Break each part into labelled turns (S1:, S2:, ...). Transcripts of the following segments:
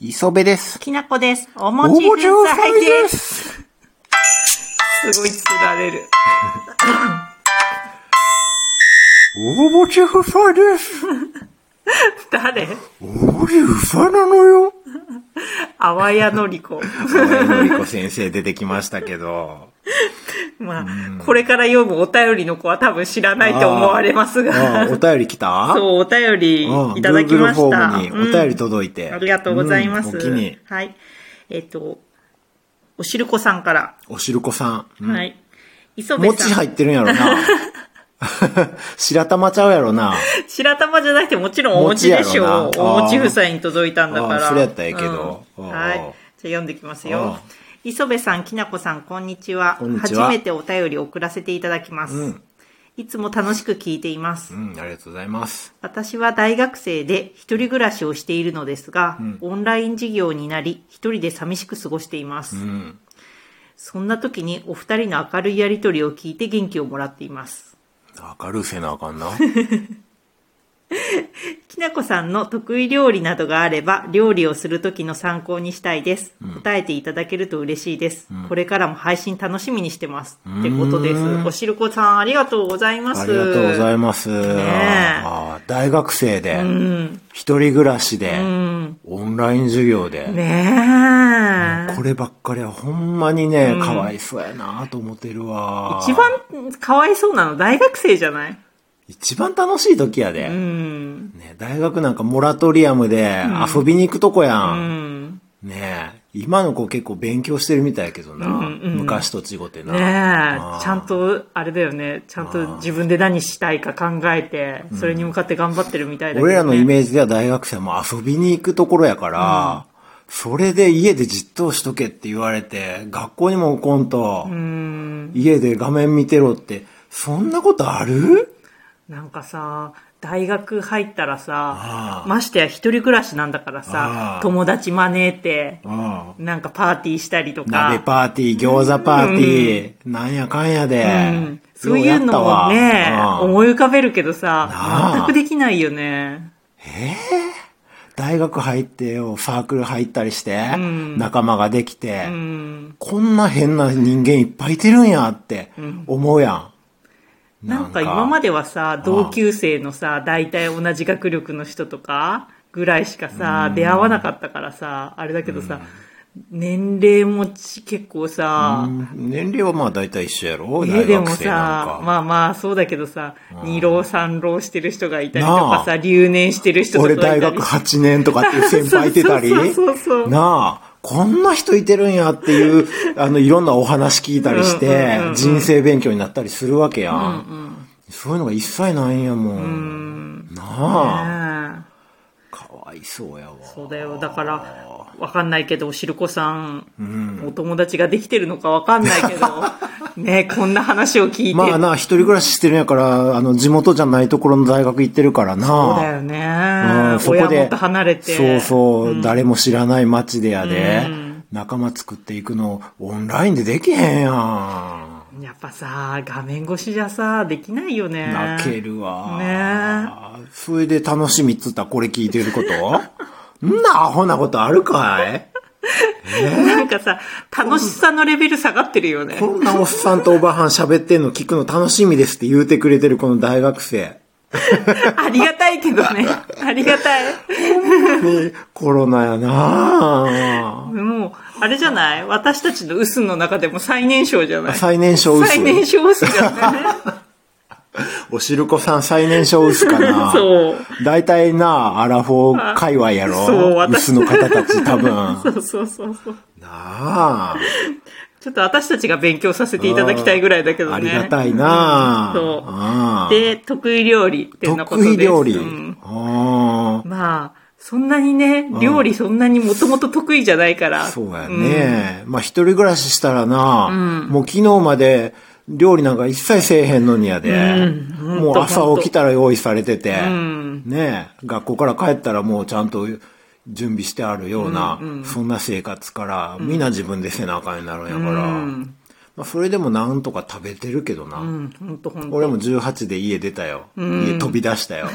S1: 磯部です。
S2: きなこです。お餅ちくださいです。
S1: す。
S2: すごい釣られる。
S1: おもち夫妻です。
S2: 誰
S1: おもち夫妻なのよ。
S2: あわやのりこ。
S1: のりこ先生出てきましたけ ど。
S2: まあ、これから読むお便りの子は多分知らないと思われます
S1: あ
S2: が
S1: ー。お便り来た
S2: そう、お便
S1: う
S2: り
S1: ん
S2: いただきま
S1: Google
S2: し
S1: フォ
S2: た。
S1: ームにお便り
S2: うん
S1: 届いて。
S2: ありがとうございま
S1: う
S2: す。
S1: んお気に。
S2: はい。えっと、おしるこさんから。
S1: おしるこさん。
S2: はい。磯部
S1: 餅
S2: さ
S1: 入
S2: ん。
S1: ってるんやろな。 白玉ちゃうやろな。
S2: 白玉じゃなくてもちろんお餅でし
S1: 餅
S2: ょう。
S1: やろな
S2: お餅夫妻に届いたんだか
S1: あー
S2: ら。
S1: それやったらええけど
S2: うん
S1: あー
S2: はい。じゃあ読んできますよ
S1: あ。
S2: 磯部さん、きなこさん、こんにちは。
S1: こんにち
S2: 初
S1: は
S2: めてお便り送らせていただきます。
S1: うん
S2: いつも楽しく聞いています
S1: う。ん、ありがとうございます。
S2: 私は大学生で一人暮らしをしているのですが、オンライン授業になり、一人で寂しく過ごしています。
S1: うん。
S2: そんな時にお二人の明るいやりとりを聞いて元気をもらっています。
S1: 明るいせなあかんな。
S2: きなこさんの得意料理などがあれば、料理をする時の参考にしたいです。答えていただけると嬉しいです。これからも配信楽しみにしてます。ってことです。おしるこさんありがとうございます。
S1: ありがとうございます。
S2: え
S1: あー大学生で、一人暮らしで、オンライン授業で、
S2: ねえ。
S1: こればっかりはほんまにね、かわいそうやなと思ってるわ。
S2: 一番かわいそうなの大学生じゃない
S1: 一番楽しい時やで、
S2: うん。
S1: ね。大学なんかモラトリアムで遊びに行くとこや。
S2: うんん。
S1: ね今の子結構勉強してるみたいやけどな。昔と違ってな。
S2: ねえ、ち
S1: あー
S2: ゃんと、あれだよね、ちゃんと自分で何したいか考えて、それに向かって頑張ってるみたいだけど、ね。
S1: 俺らのイメージでは大学生も遊びに行くところやから、それで家でじっとしとけって言われて、学校にも来んと、
S2: うん。
S1: 家で画面見てろって、そんなことある
S2: なんかさ、大学入ったら
S1: あ
S2: さ、
S1: ー
S2: ましてや一人暮らしなんだから
S1: あ
S2: さ
S1: ー、
S2: 友達招いて、
S1: うん。
S2: なんかパーティーしたりと
S1: 鍋
S2: か、
S1: パーティー、餃子パーティー、なんやかんやで。
S2: うんそういうのを
S1: よう
S2: ね
S1: やった、わうん
S2: 思い浮かべるけど
S1: な
S2: さ
S1: あ、
S2: 全くできないよね。
S1: 大学入ってよ、サークル入ったりして、仲間ができて、
S2: うん。
S1: こんな変な人間いっぱいいてるんやって思うやん。
S2: なんか今まではさ、同級生のさ、大体同じ学力の人とかぐらいしかさ、出会わなかったからさ、あれだけどさ、年齢もち結構さ、
S1: うん年齢はまあ大体一緒やろ
S2: 家
S1: 大
S2: でも
S1: 学生なん
S2: さ
S1: か。、
S2: まあまあそうだけどさ、二浪三浪してる人がいたりと
S1: な
S2: か
S1: あ
S2: さ、留年してる人とか
S1: 俺
S2: いた
S1: 大
S2: り
S1: 学8年とかっていう先輩いてたり。
S2: そうそうそうそう
S1: なあ、こんな人いてるんやって いう、あの、いろんなお話聞いたりして、人生勉強になったりするわけやん。そういうのが一切ないんやもん。なあ、
S2: ねえ
S1: かわいそうやわ。
S2: そうだよ。だから、わかんないけど、おしるこさん、お友達ができてるのかわかんないけ ど、ね、こんな話を聞いて。
S1: まあな、一人暮らししてるんやから、あの、地元じゃないところの大学行ってるからな。
S2: そうだよ
S1: う
S2: ね
S1: ん。そこ
S2: 親
S1: で
S2: 元離れて。
S1: そうそう、誰も知らない街でやで、
S2: うん
S1: 仲間作っていくのオンラインでできへんやん。
S2: やっぱさ、画面越しじゃさ、できないよね。
S1: 泣けるわ。
S2: ね
S1: それで楽しみっつったらこれ聞いてること んなアホなことあるかい
S2: なんかさ、楽しさのレベル下がってる よね。
S1: こんなおっさんとおばはん喋ってんの聞くの楽しみですって言うてくれてるこの大学 生。
S2: ありがたいけどね。ありがたい。
S1: ねコロナやな
S2: もう、あれじゃない私たちの薄の中でも最年少じゃない
S1: 最年少薄
S2: 最年少薄じゃない
S1: おしるこさん最年少薄かな
S2: そう。
S1: 大体な、アラフォー界隈やろ。
S2: そう私
S1: 薄の方たち多分。な
S2: そうそうそうそう。
S1: あ。
S2: ちょっと私たちが勉強さ せていただきたいぐらいだけどね。
S1: ありがたいなあ。
S2: そう
S1: ああ
S2: で、得意料理っていうのことで
S1: 得
S2: す。
S1: 意料理。
S2: うん
S1: あ
S2: まあ、そんなにね、料理そんなにもともと得意じゃないか
S1: あ。
S2: ら。
S1: そうやね。まあ一人暮らししたらな、もう昨日まで料理なんか一切せえへんのにやで。もう朝起きたら用意されてて、ねえ学校から帰ったらもうちゃんと準備してあるような、そんな生活から、みんな自分で背中になるんやから。まあそれでもなんとか食べてるけどな。
S2: うん。うん、ほんとほんと。
S1: 俺も18で家出たよ。家飛び出したよ。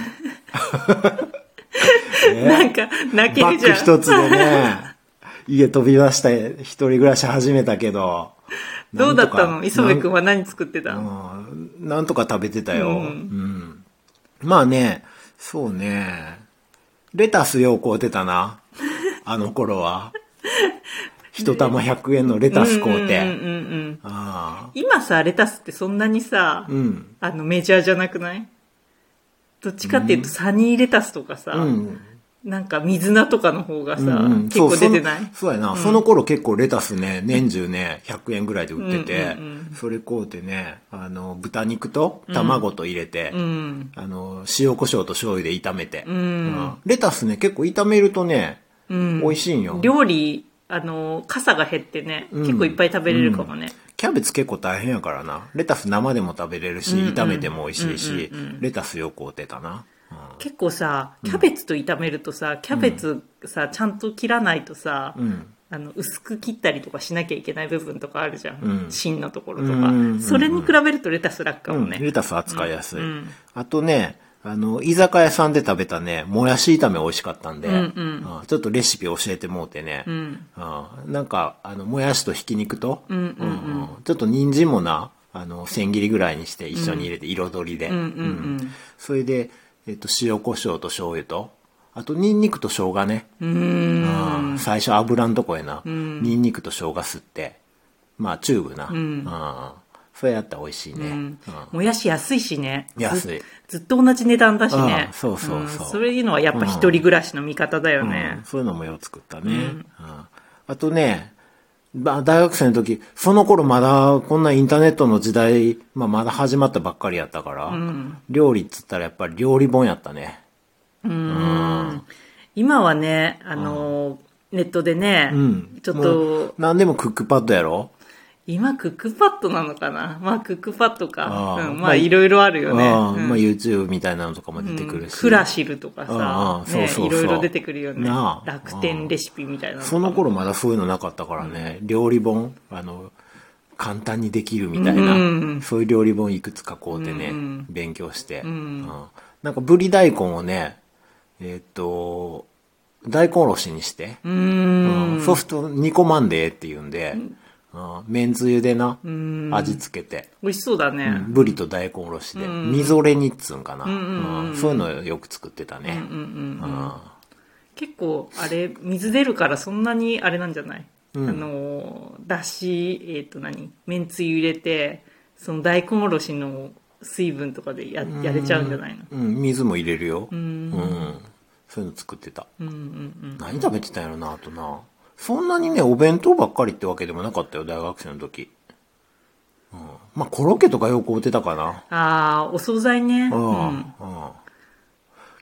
S2: なんか、泣け
S1: バッ
S2: るじ
S1: グ
S2: ゃん。
S1: 一つでね、 家飛び出した一人暮らし始めたけど。
S2: どうだったの磯部
S1: 君
S2: 君は何作ってたの
S1: うんなんとか食べてたよ。
S2: う
S1: うんん。まあね、そうね。レタスよう買うてたな。 あの頃は。一玉100円のレタス買うて。
S2: うんうんうんうん
S1: ああ。
S2: 今さ、レタスってそんなにさ、
S1: うん。
S2: あの、メジャーじゃなくないどっちかっていうと、サニーレタスとかさ、
S1: うん。
S2: なんか水菜とかの方がさ、
S1: うんうん
S2: 結構出てな
S1: そうそ
S2: い
S1: のそうやな、その頃結構レタスね、年中ね、100円ぐらいで売ってて、
S2: うんうん
S1: それ買うてね、あの、豚肉と卵と入れて、
S2: うん。
S1: あの、塩コショウと醤油で炒めて、
S2: う。
S1: うんんレタスね、結構炒めるとね、
S2: うん。
S1: 美味しいんよ。
S2: 料理、あの、傘が減ってね、
S1: うん
S2: 結構いっぱい食べれるかもね。
S1: キャベツ結構大変やからな。レタス生でも食べれるし、
S2: うんうん
S1: 炒めても美味しいし、
S2: うんうんうん
S1: レタスよく売ってたな。うん
S2: 結構さ、キャベツと炒めるとさ、キャベツさ、ちゃんと切らないとさ、
S1: うん
S2: あの、薄く切ったりとかしなきゃいけない部分とかあるじゃん。
S1: うん
S2: 芯のところと
S1: うんうんうんう
S2: か。
S1: ん
S2: それに比べるとレタス楽か
S1: う
S2: も
S1: んレ
S2: ね。
S1: タス扱いやすい、
S2: うんうん
S1: あとね、あの、居酒屋さんで食べたね、もやし炒め美味しかったんで、
S2: うんうん
S1: あちょっとレシピ教えてもうてね、
S2: うん。
S1: あなんか、あの、もやしとひき肉と、
S2: うんうんうん
S1: うんちょっと人参もな、あの、千切りぐらいにして一緒に入れて彩りで、
S2: うんうんう
S1: うん
S2: ん。
S1: それで、えっと、塩コショウと醤油と、あと、ニンニクと生姜ね。
S2: うーん。
S1: うん最初油んとこへな、
S2: ん
S1: ニンニクと生姜吸ってまあチューブな、
S2: ん
S1: うんそれやったら美味しいね、
S2: う
S1: うんん
S2: もやし安いしね。
S1: 安い
S2: ず。ずっと同じ値段だしね。
S1: うんそうそうそうん
S2: それいうのはやっぱ一人暮らしの味方だよ
S1: う
S2: ね
S1: ん。そういうのもよう作ったね、うんあとねまあ大学生の時、その頃まだこんなインターネットの時代、まあまだ始まったばっかりやったから、料理っつったらやっぱり料理本やったね。
S2: 今はね、あの、ネットでね、
S1: うん。
S2: ちょっ
S1: もう
S2: と、
S1: 何でもクックパッドやろ
S2: 今クックパッドなのかなまあクックパッドか
S1: あ。ー
S2: うん
S1: ま
S2: ま
S1: あ
S2: あいろいろあるよね。
S1: ああ
S2: うん
S1: まあ YouTube みたいなのとかも出てくるし。
S2: クラシルとか
S1: あ
S2: さ
S1: あ、そう
S2: ね
S1: そうそう
S2: いろいろ出てくるよね
S1: な。あ
S2: 楽天レシピみたいな
S1: その頃まだそういうのなかったからね、料理本、あの、簡単にできるみたいな、そういう料理本いくつかこうてね、勉強して、うんなんかぶり大根をね、えーっと、大根おろしにして、
S2: うーん。
S1: うんそうすると煮込まんでええって言うんで、うんめんつゆでな、味付けて、
S2: 美味しそうだね。
S1: ぶりと大根おろしで、みぞれ煮っつうんかな、うんそういうのよく作ってたね。うん
S2: 結構あれ水出るからそんなにあれなんじゃない、あのだしえっ、と何めんつゆ入れてその大根おろしの水分とかでややれちゃうんじゃないの
S1: うん、水も入れるよ。うん,、そういうの作ってた。何食べてたんやろな、あとな。そんなにね、お弁当ばっかりってわけでもなかったよ、大学生の時。うん、まあ、コロッケとかよく売ってたかな。
S2: ああお惣菜ね
S1: う。
S2: うん、
S1: うんん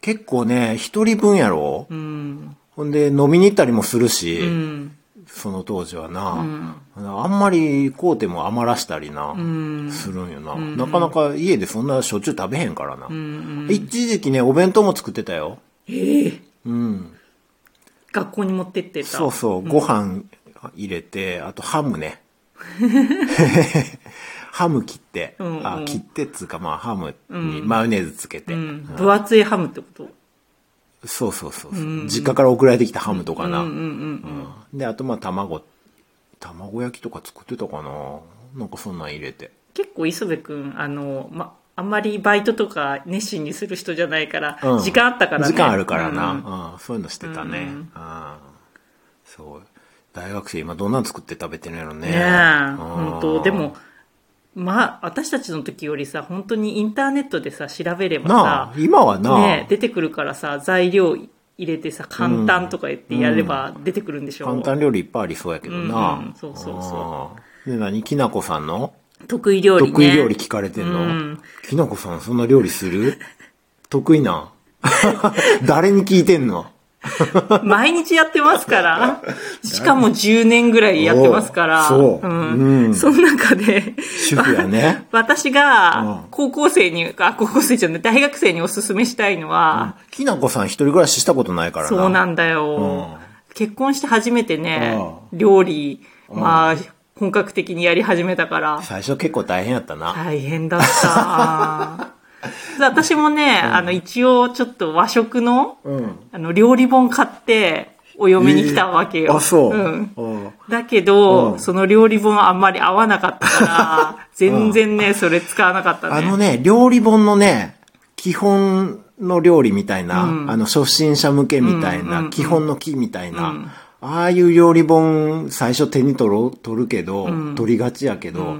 S1: 結構ね、一人分やろ、
S2: うん
S1: ほんで、飲みに行ったりもするし、
S2: うん
S1: その当時はな、あんまり買うても余らしたりな、するんよな、なかなか家でそんなしょっちゅう食べへんからな。一時期ね、お弁当も作ってたよ。
S2: ええ
S1: うん。
S2: 学校に持ってってた
S1: そうそう、ご飯入れて、あとハム ね。ハム切って、
S2: うんうん
S1: あ切ってっつうか、まあハムにマヨネーズつけて。
S2: ん、分厚いハムってこと
S1: そうそうそうそう、実家から送られてきたハムとかな。
S2: うんうん
S1: うんで、あとまあ卵、卵焼きとか作ってたかな。なんかそんなん入れて。
S2: 結構磯部君あのまあんまりバイトとか熱心にする人じゃないから、
S1: うん
S2: 時間あったからね
S1: 時間あるからな。
S2: う
S1: うんん、そういうのしてたね。
S2: う
S1: うんん、そう。大学生今どんなん作って食べてるんやろね。
S2: ねえ、
S1: うん
S2: 本当でも、まあ、私たちの時よりさ、本当にインターネットでさ、調べれ
S1: なあ
S2: ば、
S1: 今は
S2: さ、
S1: なあ、
S2: ねえ、出てくるからさ、材料入れてさ、簡単とか言ってやれば出てくるんでしょう。
S1: 簡単料理いっぱいありそうやけどな。
S2: うんうんそうそうそう
S1: う。で、何きなこさんの
S2: 得意料理ね。
S1: 得意料理聞かれてんの、
S2: うん
S1: きなこさんそんな料理する得意なん 誰に聞いてんの
S2: 毎日やってます から。しかも10年ぐらいやってますから。
S1: おうそうんうん
S2: その中で、。
S1: 主婦やね
S2: 私
S1: うん
S2: が高校生に、あ、高校生じゃない、大学生におすすめしたいのは、
S1: きなこさん一人暮らししたことないからな。
S2: そうなんだよ。結婚して初めてね、料理、まあ、本格的にやり始めたから、
S1: 最初結構大変やったな。
S2: 大変だった。私もね、あの、一応ちょっと和食の、
S1: うん。
S2: あの、料理本買って、お嫁に来たわけよ。
S1: えーあ、そう。
S2: ん。
S1: うん
S2: だけど、
S1: うん
S2: その料理本あんまり合わなかった から、全然ね、それ使わなかったね。
S1: あのね、料理本のね、基本の料理みたいな、あの、初心者向けみたいな、基本の木みたいな、ああいう料理本、最初手に取ろ、取るけど、取りがちやけど、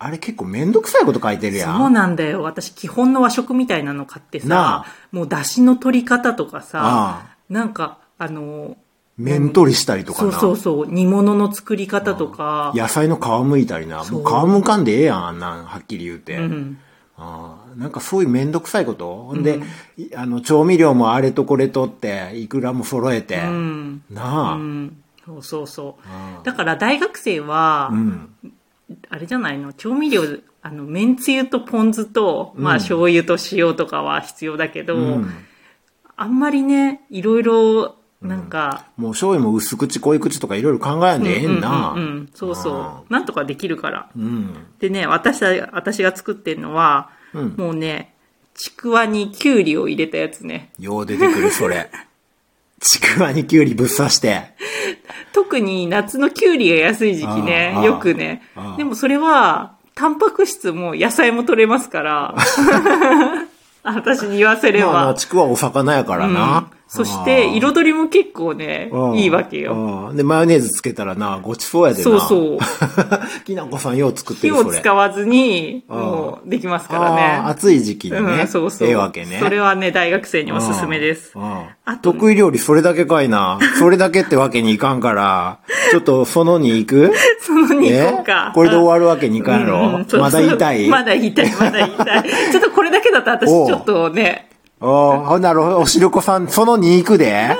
S1: あれ結構めんどくさいこと書いてるや。
S2: そうんなんだよ。私、基本の和食みたいなの買って
S1: な
S2: さ
S1: あ、
S2: もう出汁の取り方とかさ、
S1: あ
S2: なんか、あの、
S1: 面取りしたりとか
S2: そう
S1: な。
S2: そうそう、煮物の作り方とか、
S1: 野菜の皮むいたりな。も
S2: そう
S1: う皮むかんでええやん、あんなん、はっきり言うて。
S2: うん、
S1: ああなんかそういうめんどくさいことほんで、いあの、調味料もあれとこれとって、いくらも揃えて。
S2: うん、
S1: なあ、
S2: うん、そうそうそう
S1: あ。
S2: だから大学生は、
S1: うん。
S2: あれじゃないの調味料、あの、めんつゆとポン酢と、まあ、醤油と塩とかは必要だけど、
S1: うん
S2: あんまりね、いろいろ、なんか、
S1: もう醤油も薄口、濃い口とかいろいろ考えんでええんな。
S2: うんうんうん、そう
S1: あ
S2: そう。なんとかできるから。
S1: うん。
S2: でね、私た、私が作ってるのは、
S1: うん
S2: もうね、ちくわにきゅうりを入れたやつね。
S1: よう出てくる、そ れ。ちくわにきゅうりぶっ刺して。
S2: 特に夏のきゅうりが安い時期ね
S1: あ、あ
S2: よくね
S1: ああ。
S2: でもそれは、タンパク質も野菜も取れます から、私に言わせれ
S1: まあまあ、
S2: ば。
S1: ちくわお魚やからな。
S2: そして、
S1: 色
S2: 彩りも結構ね、いいわけよ。
S1: よ。で、マヨネーズつけたらな、ごちそうやでな。
S2: そうそう。
S1: きなこさんよう作って
S2: 火
S1: る、そ
S2: を
S1: れ。
S2: 使わずに、
S1: ああ
S2: もう、できますから
S1: ああ
S2: ね。
S1: 暑い時期にね。
S2: うん、そうそう。
S1: ええわけね。
S2: それはね、大学生におすすめです。
S1: うんうん
S2: あと
S1: 得意料理それだけかいな。それだけってわけにいかんから、ちょっとそのに行く
S2: その2個か
S1: え。これで終わるわけにいかんやろ、
S2: うんうんそう
S1: まだ言いたい
S2: まだ言いたい、まだ言いたい。ちょっとこれだけだと私
S1: おう
S2: ちょっとね、
S1: おーほんならおしるこさん、その2行くで